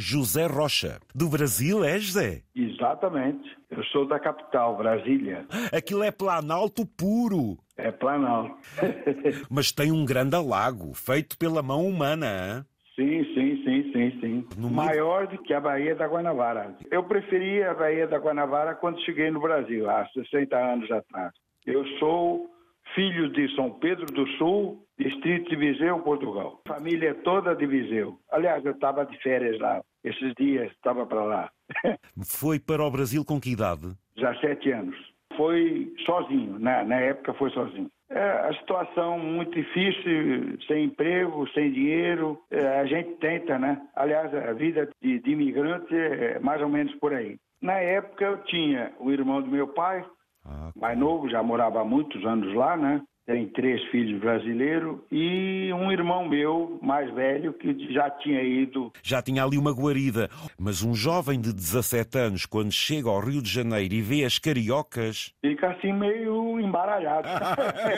José Rocha. Do Brasil é José? Exatamente. Eu sou da capital, Brasília. Aquilo é planalto puro. É planalto. Mas tem um grande alago, feito pela mão humana. hã? Sim, sim, sim, sim, sim. No meio- Maior do que a Baía da Guanabara. Eu preferia a Baía da Guanabara quando cheguei no Brasil, há 60 anos atrás. Eu sou filho de São Pedro do Sul, distrito de Viseu, Portugal. Família é toda de Viseu. Aliás, eu estava de férias lá. Esses dias estava para lá. Foi para o Brasil com que idade? 17 anos. Foi sozinho, na, na época foi sozinho. É, a situação muito difícil, sem emprego, sem dinheiro, é, a gente tenta, né? Aliás, a vida de, de imigrante é mais ou menos por aí. Na época eu tinha o irmão do meu pai, Ah, mais novo, já morava há muitos anos lá, né? Tem três filhos brasileiros e um irmão meu, mais velho, que já tinha ido já tinha ali uma guarida. Mas um jovem de 17 anos, quando chega ao Rio de Janeiro e vê as cariocas. Fica assim meio embaralhado.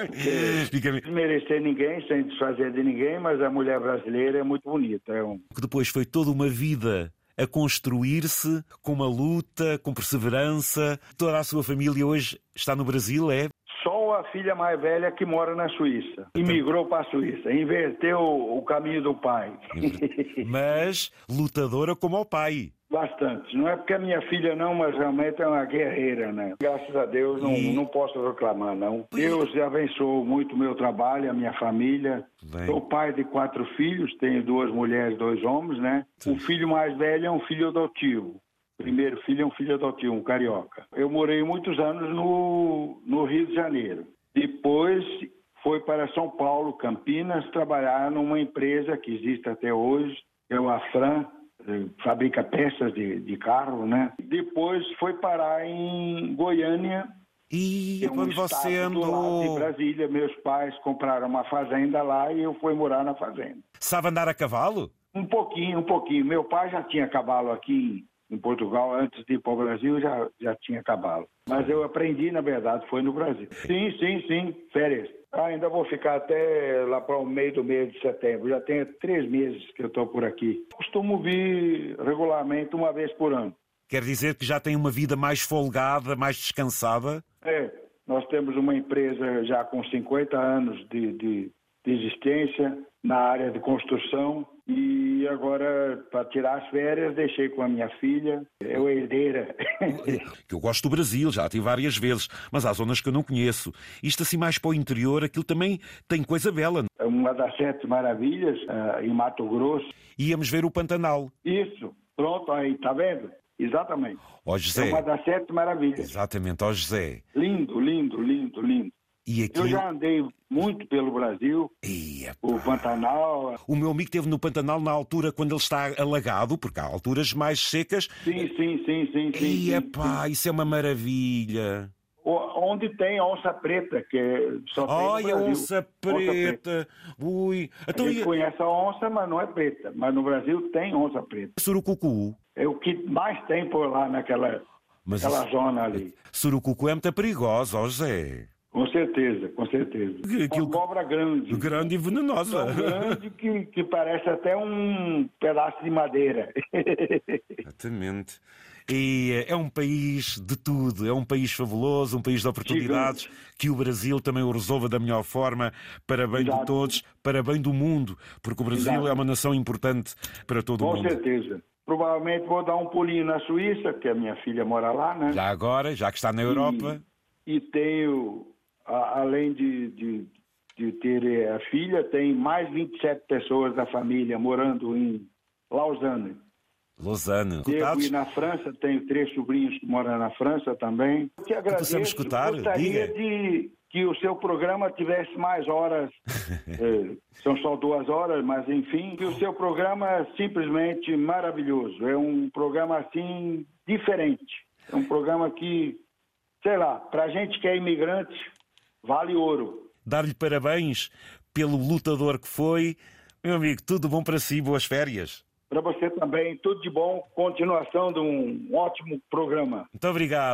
Fica meio- Sem desmerecer ninguém, sem desfazer de ninguém, mas a mulher brasileira é muito bonita. É um... que depois foi toda uma vida a construir-se com uma luta, com perseverança. Toda a sua família hoje está no Brasil, é? Só a filha mais velha que mora na Suíça. Imigrou para a Suíça, inverteu o caminho do pai. Mas lutadora como o pai. Bastante. Não é porque é minha filha não, mas realmente é uma guerreira, né? Graças a Deus não, E- não posso reclamar, não. Deus abençoou muito o meu trabalho, a minha família. Bem. Sou pai de quatro filhos, tenho duas mulheres, dois homens, né? O filho mais velho é um filho adotivo. O Primeiro filho é um filho adotivo, um carioca. Eu morei muitos anos no, no Rio de Janeiro. Depois foi para São Paulo, Campinas, trabalhar numa empresa que existe até hoje, que é o Afran, eh, fabrica peças de, de carro, né? Depois foi parar em Goiânia, E que é um quando estado você do lado de andou. Brasília. Meus pais compraram uma fazenda lá e eu fui morar na fazenda. Sabe andar a cavalo? Um pouquinho, um pouquinho. Meu pai já tinha cavalo aqui em Portugal, antes de ir para o Brasil já, já tinha cavalo. Mas eu aprendi, na verdade, foi no Brasil. Sim, sim, sim, férias. Ah, ainda vou ficar até lá para o meio do mês de setembro. Já tem três meses que eu estou por aqui. Costumo vir regularmente uma vez por ano. Quer dizer que já tem uma vida mais folgada, mais descansada? É, nós temos uma empresa já com 50 anos de, de- de existência na área de construção e agora, para tirar as férias, deixei com a minha filha, eu herdeira. Que eu gosto do Brasil, já tive várias vezes, mas há zonas que eu não conheço. Isto assim mais para o interior, aquilo também tem coisa bela. É uma das sete maravilhas ah, em Mato Grosso. Íamos ver o Pantanal. Isso, pronto aí, tá vendo? Exatamente. Ó É José. uma das sete maravilhas. Exatamente, ó José. Lindo, lindo, lindo, lindo. E Eu aquilo. já andei muito pelo Brasil, Ia, o Pantanal, O meu amigo esteve no Pantanal na altura quando ele está alagado, porque há alturas mais secas. sim, sim, sim, sim, sim. E sim. pá, isso é uma maravilha. O- onde tem onça preta, que é- só tem no Olha, Brasil. onça preta. Ui. A Então, gente e conhece a onça, mas não é preta. Mas no Brasil tem onça preta. surucucu? É o que mais tem por lá naquela Mas naquela isso- zona ali. surucucu é muito perigosa, ó José. Com certeza, com certeza. Que- que o- Uma cobra grande. Grande e venenosa. Tão grande que, que parece até um pedaço de madeira. Exatamente. E eh, é um país de tudo, é um país fabuloso, um país de oportunidades, que o Brasil também o resolva da melhor forma, para bem de Exato. todos, para bem do mundo, porque o Brasil Exato. é uma nação importante para todo o com mundo. certeza. Provavelmente vou dar um pulinho na Suíça, porque a minha filha mora lá, né? Já agora, já que está na Europa, E tenho, a- além de, de, de ter eh, a filha, tem mais 27 pessoas da família morando em Lausanne. Lausanne, Eu cotados, e na França, tenho três sobrinhos que moram na França também. Te Então, agradeço. possamos escutar? Gostaria Diga. de que o seu programa tivesse mais horas. Eh, são só duas horas, mas enfim, que o seu programa é simplesmente maravilhoso. É um programa assim diferente. É um programa que, sei lá, para gente que é imigrante, vale ouro. dar-lhe parabéns pelo lutador que foi. Meu amigo, tudo bom para si, boas férias. Para você também, tudo de bom. Continuação de um ótimo programa. Muito obrigado.